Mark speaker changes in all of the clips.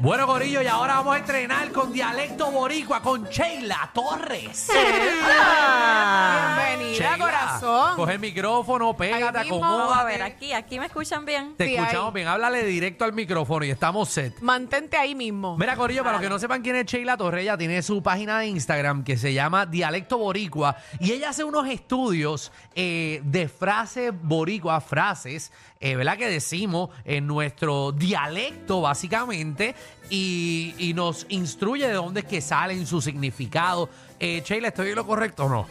Speaker 1: Bueno, Gorillo, y ahora vamos a entrenar con dialecto boricua con Sheila Torres.
Speaker 2: Bienvenida,
Speaker 1: Sheila,
Speaker 2: corazón.
Speaker 1: Coge el micrófono, pégate,
Speaker 2: Ahí mismo.
Speaker 1: acomódate.
Speaker 3: Vamos a ver, aquí, aquí me escuchan bien.
Speaker 1: Te
Speaker 2: Sí,
Speaker 1: escuchamos
Speaker 2: ahí.
Speaker 1: bien, háblale directo al micrófono y estamos set.
Speaker 2: Mantente ahí mismo.
Speaker 1: Mira, Corillo, para los que no sepan quién es Sheila Torres, ella tiene su página de Instagram que se llama Dialecto Boricua y ella hace unos estudios eh, de frases boricua, frases, eh, ¿verdad? Que decimos en nuestro dialecto, básicamente, y, y nos instruye de dónde es que salen su significado. Eh, Sheila, ¿estoy en lo correcto o no?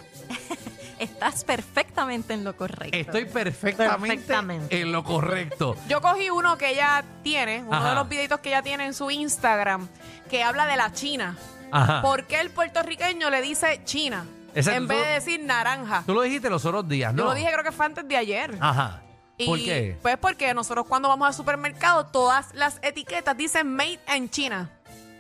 Speaker 3: Estás perfectamente en lo correcto.
Speaker 1: Estoy perfectamente,
Speaker 4: Perfectamente.
Speaker 1: en lo correcto.
Speaker 2: Yo cogí uno que ella tiene, uno
Speaker 1: Ajá.
Speaker 2: de los videitos que ella tiene en su Instagram, que habla de la China.
Speaker 1: Ajá.
Speaker 2: ¿Por qué el puertorriqueño le dice China
Speaker 1: Ese-
Speaker 2: en
Speaker 1: tú-
Speaker 2: vez de decir naranja?
Speaker 1: Tú lo dijiste los otros días, ¿no?
Speaker 2: Yo lo dije creo que fue antes de ayer.
Speaker 1: Ajá. ¿Por
Speaker 2: Y,
Speaker 1: qué?
Speaker 2: Pues porque nosotros cuando vamos al supermercado todas las etiquetas dicen made in China.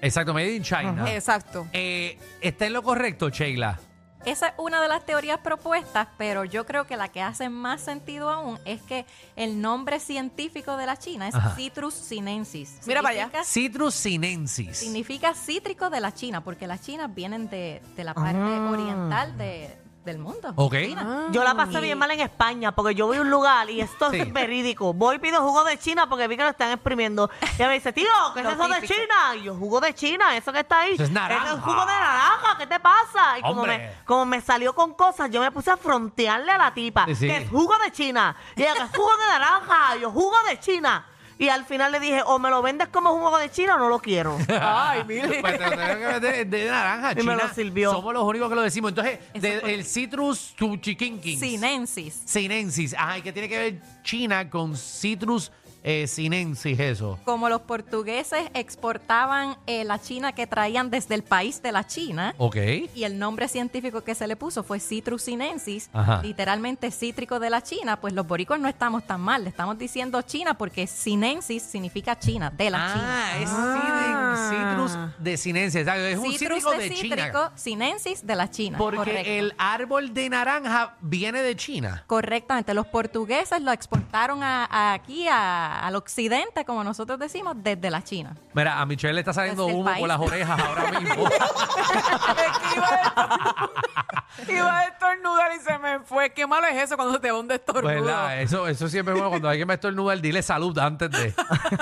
Speaker 1: Exacto, Made in China.
Speaker 2: Exacto.
Speaker 1: Eh, ¿Está en lo correcto, Sheila?
Speaker 3: Esa es una de las teorías propuestas, pero yo creo que la que hace más sentido aún es que el nombre científico de la China es
Speaker 1: Ajá.
Speaker 3: Citrus sinensis.
Speaker 2: Mira para allá.
Speaker 3: Significa-
Speaker 1: Citrus sinensis.
Speaker 3: Significa cítrico de la China, porque las chinas vienen de, de la parte oriental de- del mundo.
Speaker 1: Ok.
Speaker 3: China.
Speaker 4: Yo la pasé bien mal en España porque yo voy a un lugar y esto
Speaker 1: Sí.
Speaker 4: es verídico. Voy y pido jugo de China porque vi que lo están exprimiendo. Y ella me dice, tío, ¿qué es
Speaker 3: Lo
Speaker 4: eso de
Speaker 3: típico.
Speaker 4: China? Y yo, jugo de China, eso que está ahí.
Speaker 1: Eso es naranja.
Speaker 4: Eso es jugo de naranja, ¿qué te pasa? Y como
Speaker 1: Hombre.
Speaker 4: me, como me salió con cosas, yo me puse a frontearle a la tipa,
Speaker 1: Sí, sí.
Speaker 4: que es jugo de China. Y ella, que es jugo de naranja, Y yo, jugo de China. Y al final le dije, o me lo vendes como jugo de China o no lo quiero.
Speaker 2: Ay, mire.
Speaker 1: Pues te lo tengo que meter de naranja,
Speaker 4: Y me
Speaker 1: China.
Speaker 4: lo sirvió.
Speaker 1: Somos los únicos que lo decimos. Entonces,
Speaker 3: Eso
Speaker 1: de-
Speaker 3: fue.
Speaker 1: el citrus tuchiquinkins.
Speaker 3: Sinensis.
Speaker 1: Sinensis. Ajá, ¿y qué tiene que ver China con citrus eh, sinensis eso?
Speaker 3: Como los portugueses exportaban eh, la China que traían desde el país de la China,
Speaker 1: Ok.
Speaker 3: Y el nombre científico que se le puso fue Citrus sinensis,
Speaker 1: Ajá.
Speaker 3: literalmente cítrico de la China. Pues los boricuas no estamos tan mal, le estamos diciendo China porque sinensis significa China, de la
Speaker 1: Ah,
Speaker 3: China.
Speaker 1: es
Speaker 2: Ah.
Speaker 1: ciden- citrus de sinensis. exacto, Es un cítrico de, China.
Speaker 3: sinensis de la China.
Speaker 1: Porque
Speaker 3: correcto.
Speaker 1: el árbol de naranja viene de China.
Speaker 3: Correctamente, los portugueses lo exportaron a- a aquí, a- al occidente, como nosotros decimos, desde la China.
Speaker 1: Mira, a Michelle le está saliendo
Speaker 3: Desde el
Speaker 1: humo
Speaker 3: país.
Speaker 1: por las orejas ahora mismo.
Speaker 2: Es que iba a, estornudar, iba a estornudar y se me fue. Qué malo es eso cuando te da
Speaker 1: Pues
Speaker 2: un destornudo.
Speaker 1: ¿Verdad? Eso, eso siempre es bueno. Cuando alguien me estornuda, el dile salud antes de.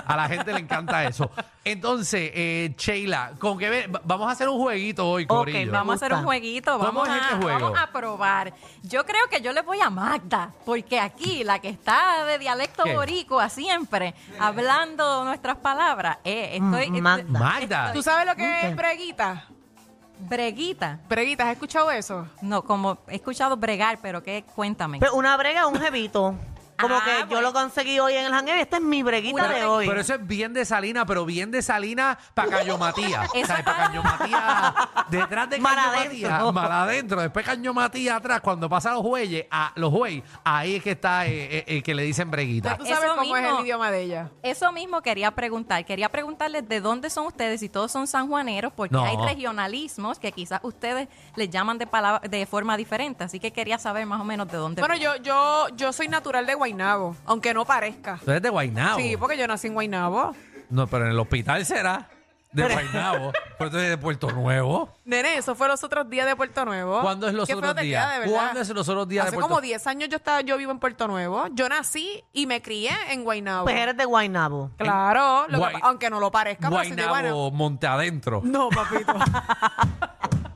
Speaker 1: A la gente le encanta eso. Entonces, eh, Sheila, ¿con qué ve- va- Vamos a hacer un jueguito hoy, Corillo.
Speaker 3: Vamos a hacer un
Speaker 4: gusta.
Speaker 3: jueguito,
Speaker 1: ¿Cómo
Speaker 3: vamos,
Speaker 1: es este
Speaker 3: a,
Speaker 1: juego?
Speaker 3: vamos a probar. Yo creo que yo le voy a Magda, porque aquí la que está de dialecto
Speaker 1: ¿Qué?
Speaker 3: boricua siempre, hablando nuestras palabras, eh, estoy...
Speaker 4: Mm, Magda.
Speaker 1: Magda.
Speaker 2: ¿Tú sabes lo que es
Speaker 4: Ok.
Speaker 2: breguita?
Speaker 3: eh, Breguita.
Speaker 2: Breguita, ¿has escuchado eso?
Speaker 3: No, como he escuchado bregar, pero qué, cuéntame.
Speaker 4: Pero una brega, un jevito. Como
Speaker 3: Ah,
Speaker 4: que yo
Speaker 3: bueno.
Speaker 4: lo conseguí hoy en el jangueo y esta es mi breguita
Speaker 3: Una
Speaker 4: de
Speaker 3: brega.
Speaker 4: hoy.
Speaker 1: Pero eso es bien de Salina, pero bien de Salina para Caño Matías.
Speaker 3: Eso-
Speaker 1: ¿Sabes? Para Caño Matías. Detrás de
Speaker 4: Mal
Speaker 1: Caño
Speaker 4: adentro.
Speaker 1: Matías. Mal adentro. Después Caño Matías atrás. Cuando pasa los jueyes, a los jueyes, ahí es que está eh, eh, el que le dicen breguita.
Speaker 2: Ya tú
Speaker 3: Eso
Speaker 2: sabes cómo es
Speaker 3: mismo.
Speaker 2: el idioma de ella.
Speaker 3: Eso mismo quería preguntar. Quería preguntarles de dónde son ustedes, si todos son sanjuaneros, porque
Speaker 1: No.
Speaker 3: hay regionalismos que quizás ustedes les llaman de, palabra, de forma diferente. Así que quería saber más o menos de dónde.
Speaker 2: Bueno, yo, yo, yo soy natural de Guaynabo, aunque no parezca.
Speaker 1: Tú eres de Guaynabo.
Speaker 2: Sí, porque yo nací en Guaynabo.
Speaker 1: No, pero en el hospital será. De Guaynabo. Pero tú eres de Puerto Nuevo.
Speaker 2: Nene, eso fue los otros días de Puerto Nuevo.
Speaker 1: ¿Cuándo es los
Speaker 2: Oh, Qué feo
Speaker 1: otros
Speaker 2: te
Speaker 1: días?
Speaker 2: queda, de verdad.
Speaker 1: ¿Cuándo es los otros días de
Speaker 2: Hace
Speaker 1: Puerto-
Speaker 2: como 10 años yo estaba, yo vivo en Puerto Nuevo. Yo nací y me crié en Guaynabo.
Speaker 4: Pues eres de Guaynabo.
Speaker 2: Claro, lo que
Speaker 1: Guay-
Speaker 2: pa- aunque no lo parezca, pero soy de Guaynabo.
Speaker 1: Guaynabo, monte adentro.
Speaker 2: No, papito.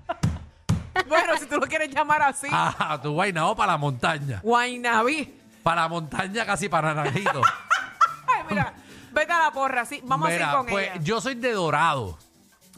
Speaker 2: bueno, si tú lo quieres llamar así,
Speaker 1: Ajá, tu Guaynabo para la montaña.
Speaker 2: Guaynabí.
Speaker 1: Para la montaña casi para Naranjito.
Speaker 2: Ay, mira, vete a la porra, sí. Vamos a
Speaker 1: Mira,
Speaker 2: ir con
Speaker 1: pues
Speaker 2: ella.
Speaker 1: yo soy de Dorado.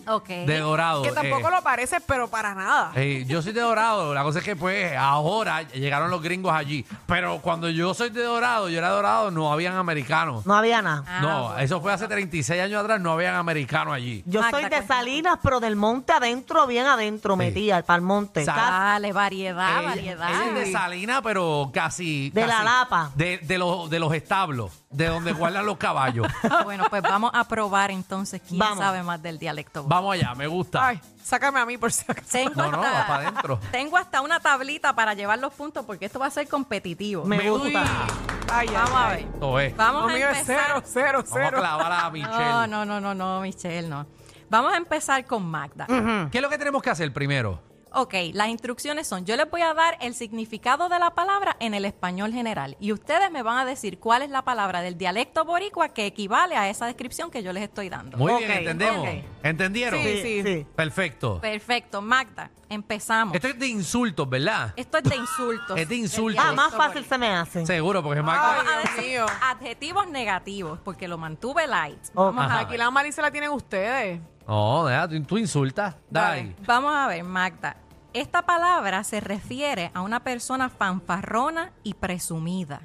Speaker 3: Ok.
Speaker 1: De Dorado.
Speaker 2: que tampoco
Speaker 1: eh,
Speaker 2: lo parece, pero para nada.
Speaker 1: eh, yo soy de Dorado. La cosa es que pues ahora llegaron los gringos allí. Pero cuando yo soy de Dorado, yo era de Dorado, no habían americanos.
Speaker 4: No había nada.
Speaker 3: Ah,
Speaker 1: no,
Speaker 3: bueno.
Speaker 1: eso fue hace 36 años atrás, no habían americanos allí.
Speaker 2: Ah,
Speaker 4: Yo
Speaker 3: Magda,
Speaker 4: soy de
Speaker 3: cuéntame.
Speaker 4: Salinas, pero del monte adentro, bien adentro, metía, para el monte.
Speaker 1: Sal-
Speaker 4: Casi-
Speaker 3: Dale, variedad,
Speaker 1: Ella-
Speaker 3: Ah, variedad.
Speaker 1: ella es de Salina, pero casi.
Speaker 4: De la
Speaker 1: casi-
Speaker 4: Lapa.
Speaker 1: De, de los, de los establos, de donde guardan los caballos.
Speaker 3: Bueno, pues vamos a probar entonces quién
Speaker 4: Vamos.
Speaker 3: sabe más del dialecto.
Speaker 1: Vamos allá, me gusta.
Speaker 2: Ay, sácame a mí por si acaso.
Speaker 3: Tengo,
Speaker 1: No, no,
Speaker 3: hasta-
Speaker 1: va para adentro.
Speaker 3: tengo hasta una tablita para llevar los puntos porque esto va a ser competitivo.
Speaker 4: Me
Speaker 1: Me
Speaker 4: gusta.
Speaker 1: gusta.
Speaker 2: Ay, ay,
Speaker 3: Vamos a
Speaker 2: ay.
Speaker 3: ver.
Speaker 1: Esto es.
Speaker 3: Vamos a
Speaker 2: Conmigo es cero,
Speaker 3: empezar.
Speaker 2: cero,
Speaker 1: Vamos Eh, a
Speaker 2: cero.
Speaker 1: clavar a Michelle.
Speaker 3: No, no, no, no, no, Michelle, no. Vamos a empezar con Magda.
Speaker 1: ¿Qué es lo que tenemos que hacer primero?
Speaker 3: Ok, las instrucciones son, yo les voy a dar el significado de la palabra en el español general y ustedes me van a decir cuál es la palabra del dialecto boricua que equivale a esa descripción que yo les estoy dando.
Speaker 1: Muy
Speaker 4: Ok,
Speaker 1: bien, entendemos.
Speaker 4: ok.
Speaker 1: ¿Entendieron?
Speaker 2: Sí, sí.
Speaker 1: Perfecto.
Speaker 3: Perfecto, Magda, empezamos.
Speaker 1: Esto es de insultos, ¿verdad?
Speaker 3: Esto es de insultos.
Speaker 1: Es de
Speaker 3: El
Speaker 1: insultos.
Speaker 4: Ah,
Speaker 3: dialecto
Speaker 4: más fácil
Speaker 3: boricua.
Speaker 4: se me hace.
Speaker 1: Seguro, porque es más...
Speaker 2: Ay,
Speaker 3: Vamos a
Speaker 2: Dios
Speaker 3: decir
Speaker 2: mío.
Speaker 3: adjetivos negativos porque lo mantuve light. Vamos
Speaker 1: Oh, Ajá.
Speaker 3: a
Speaker 2: Aquí la malicia la tienen ustedes.
Speaker 1: No, deja, tú, tú insultas. Dale.
Speaker 3: Dale. Vamos a ver, Magda. Esta palabra se refiere a una persona fanfarrona y presumida.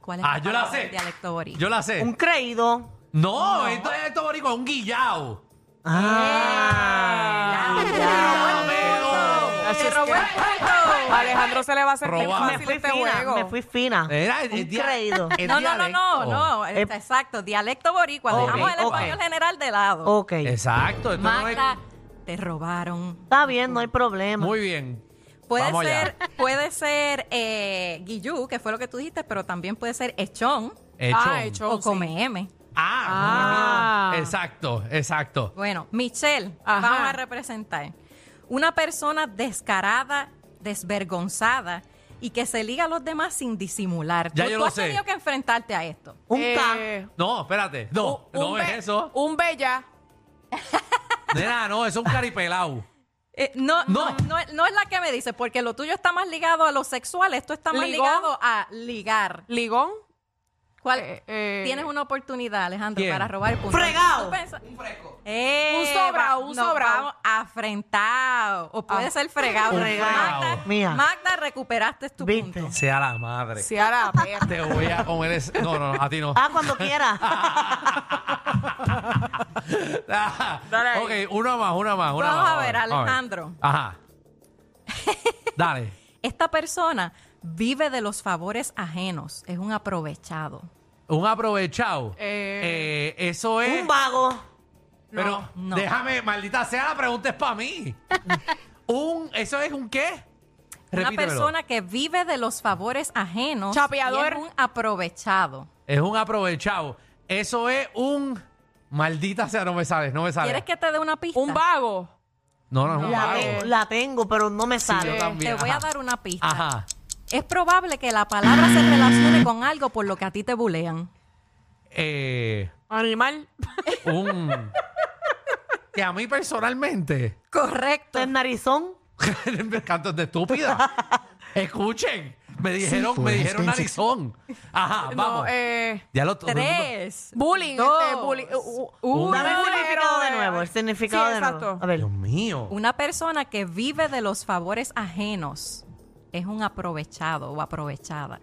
Speaker 3: ¿Cuál es
Speaker 1: Ah,
Speaker 3: la
Speaker 1: yo la
Speaker 3: palabra del
Speaker 1: sé.
Speaker 3: dialecto boricua?
Speaker 1: Yo la sé.
Speaker 4: Un creído.
Speaker 1: No, esto es esto boricua, un guillao.
Speaker 4: Ah.
Speaker 3: Ay,
Speaker 2: Así es
Speaker 3: robó
Speaker 2: que-
Speaker 3: el punto.
Speaker 2: Alejandro se le va a hacer bien
Speaker 1: Robado.
Speaker 4: Me
Speaker 2: fácil
Speaker 4: fui
Speaker 2: este
Speaker 4: fina,
Speaker 2: juego.
Speaker 4: me fui fina.
Speaker 1: Era el- el
Speaker 4: Un
Speaker 1: dia-
Speaker 4: creído.
Speaker 1: el Oh.
Speaker 3: No, no, no, no,
Speaker 1: dialecto.
Speaker 3: no,
Speaker 4: Eh,
Speaker 3: está exacto, dialecto boricua,
Speaker 4: Ok,
Speaker 3: dejamos el
Speaker 4: ok.
Speaker 3: español general de lado.
Speaker 4: Ok.
Speaker 1: Exacto. esto no es-
Speaker 3: Magda, te robaron.
Speaker 4: Está bien, no hay problema.
Speaker 1: Muy bien.
Speaker 3: Puede
Speaker 1: Vamos allá.
Speaker 3: ser, puede ser eh, guillú, que fue lo que tú dijiste, pero también puede ser echón
Speaker 1: Hecho.
Speaker 2: Ah, hecho.
Speaker 3: o
Speaker 2: sí.
Speaker 3: come
Speaker 1: Ah,
Speaker 2: Ah.
Speaker 1: exacto, exacto.
Speaker 3: Bueno, Michelle,
Speaker 2: Ajá.
Speaker 3: vamos a representar. Una persona descarada, desvergonzada y que se liga a los demás sin disimular.
Speaker 1: Ya
Speaker 3: tú,
Speaker 1: yo
Speaker 3: tú
Speaker 1: lo
Speaker 3: has
Speaker 1: sé.
Speaker 3: tenido que enfrentarte a esto.
Speaker 4: Un K.
Speaker 2: Eh,
Speaker 1: No, espérate. No,
Speaker 2: un-
Speaker 1: no
Speaker 2: un
Speaker 1: es
Speaker 2: be-
Speaker 1: eso.
Speaker 2: Un bella.
Speaker 1: Nena, no, eso es un caripelao.
Speaker 3: Eh, no, no.
Speaker 1: No.
Speaker 3: no es- no es la que me dice, porque lo tuyo está más ligado a lo sexual, esto está más
Speaker 2: Ligón.
Speaker 3: ligado a ligar.
Speaker 2: Ligón.
Speaker 3: ¿Cuál?
Speaker 2: Eh, eh.
Speaker 3: Tienes una oportunidad, Alejandro,
Speaker 1: ¿Quién?
Speaker 3: para robar el punto.
Speaker 4: Fregao.
Speaker 3: ¿Tú piensas? Eh,
Speaker 2: Un sobrao,
Speaker 3: va-
Speaker 2: un
Speaker 3: no,
Speaker 2: sobrao.
Speaker 3: Vamos, afrentado. O puede
Speaker 2: Ah.
Speaker 3: ser fregado.
Speaker 1: Un
Speaker 3: Magda,
Speaker 1: fregao.
Speaker 4: Mía.
Speaker 3: Magda, recuperaste tu
Speaker 4: Viste.
Speaker 3: punto.
Speaker 1: Sea la madre.
Speaker 2: Si ahora
Speaker 1: Te voy a comer ese- No, no, no, a ti no.
Speaker 4: Ah, cuando quiera.
Speaker 2: Dale ahí.
Speaker 1: Ah, ok, una más, una más, una
Speaker 3: Vamos
Speaker 1: más.
Speaker 3: a ver, Alejandro.
Speaker 1: Ajá. Dale.
Speaker 3: Esta persona vive de los favores ajenos, es un aprovechado.
Speaker 1: Un aprovechado.
Speaker 2: Eh.
Speaker 1: Eh, eso es.
Speaker 4: Un vago.
Speaker 1: Pero
Speaker 3: no.
Speaker 1: déjame, maldita sea, la pregunta es para mí. un, ¿Eso es un qué?
Speaker 3: Una
Speaker 1: Repítemelo.
Speaker 3: persona que vive de los favores ajenos
Speaker 2: Chapeador.
Speaker 3: y es un aprovechado.
Speaker 1: Es un aprovechado. Eso es un. Maldita sea, no me sales, no me sales.
Speaker 3: ¿Quieres que te dé una pista?
Speaker 2: Un vago.
Speaker 1: No, no, es un
Speaker 4: La,
Speaker 1: vago.
Speaker 4: te- la tengo, pero no me
Speaker 1: Yo
Speaker 4: sale.
Speaker 1: también,
Speaker 3: Te voy a
Speaker 1: ajá.
Speaker 3: dar una pista.
Speaker 1: Ajá.
Speaker 3: Es probable que la palabra se relacione con algo por lo que a ti te bulean.
Speaker 1: Eh,
Speaker 2: Animal.
Speaker 1: un. que a mí personalmente.
Speaker 3: Correcto.
Speaker 4: ¿El narizón?
Speaker 1: Cantos de estúpida. Escuchen. Me dijeron,
Speaker 3: pues,
Speaker 1: me dijeron narizón. Ajá, vamos.
Speaker 2: No, eh.
Speaker 1: ya lo todo el mundo-
Speaker 3: Tres.
Speaker 2: Bullying.
Speaker 3: Dos.
Speaker 2: este, bullying. Uh, uh,
Speaker 1: Un-
Speaker 2: uh,
Speaker 4: Dame el
Speaker 2: no,
Speaker 4: significado de
Speaker 2: pero,
Speaker 4: nuevo. El
Speaker 2: eh,
Speaker 4: significado
Speaker 2: sí,
Speaker 4: de nuevo.
Speaker 2: exacto.
Speaker 4: A ver.
Speaker 1: Dios mío.
Speaker 3: Una persona que vive de los favores ajenos es un aprovechado o aprovechada.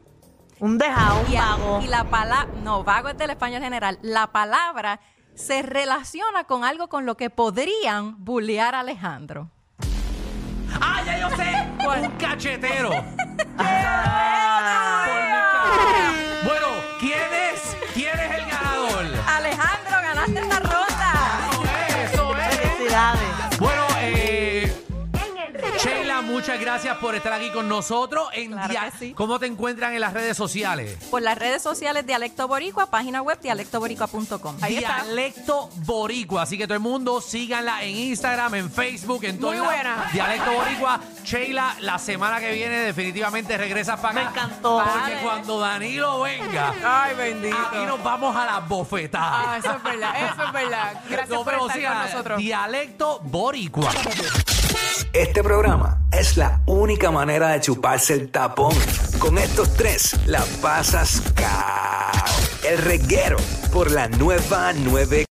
Speaker 4: Un dejado, un
Speaker 3: Y, a-
Speaker 4: vago.
Speaker 3: y la palabra, no, vago es del español general. La palabra se relaciona con algo con lo que podrían bullear a Alejandro.
Speaker 1: ¡Ah, ya yo sé! Un cachetero. bueno, ¿quién es? ¿Quién es el ganador?
Speaker 3: Alejandro, ganaste esta ronda.
Speaker 1: Eso es.
Speaker 4: Felicidades.
Speaker 1: Bueno, eh. Sheila, muchas gracias por estar aquí con nosotros. En
Speaker 3: Claro
Speaker 1: dia-
Speaker 3: que sí.
Speaker 1: ¿Cómo te encuentran en las redes sociales?
Speaker 3: Por las redes sociales Dialecto Boricua, página web dialectoboricua.com.
Speaker 2: Ahí está.
Speaker 1: Dialecto Boricua. Así que todo el mundo síganla en Instagram, en Facebook, en todo.
Speaker 2: Muy buena.
Speaker 1: Dialecto Boricua. Sheila, la semana que viene definitivamente regresa para
Speaker 4: Me
Speaker 1: acá.
Speaker 4: encantó.
Speaker 1: Porque cuando Danilo venga,
Speaker 2: Ay, bendito.
Speaker 1: aquí nos vamos a las bofetadas.
Speaker 2: Ah, eso es verdad, eso es verdad. Gracias
Speaker 1: Nos
Speaker 2: por
Speaker 1: vemos,
Speaker 2: estar con
Speaker 1: síganla.
Speaker 2: nosotros.
Speaker 1: Dialecto Boricua.
Speaker 5: Este programa es la única manera de chuparse el tapón. Con estos tres la pasas cao. El reguero por la nueva 9.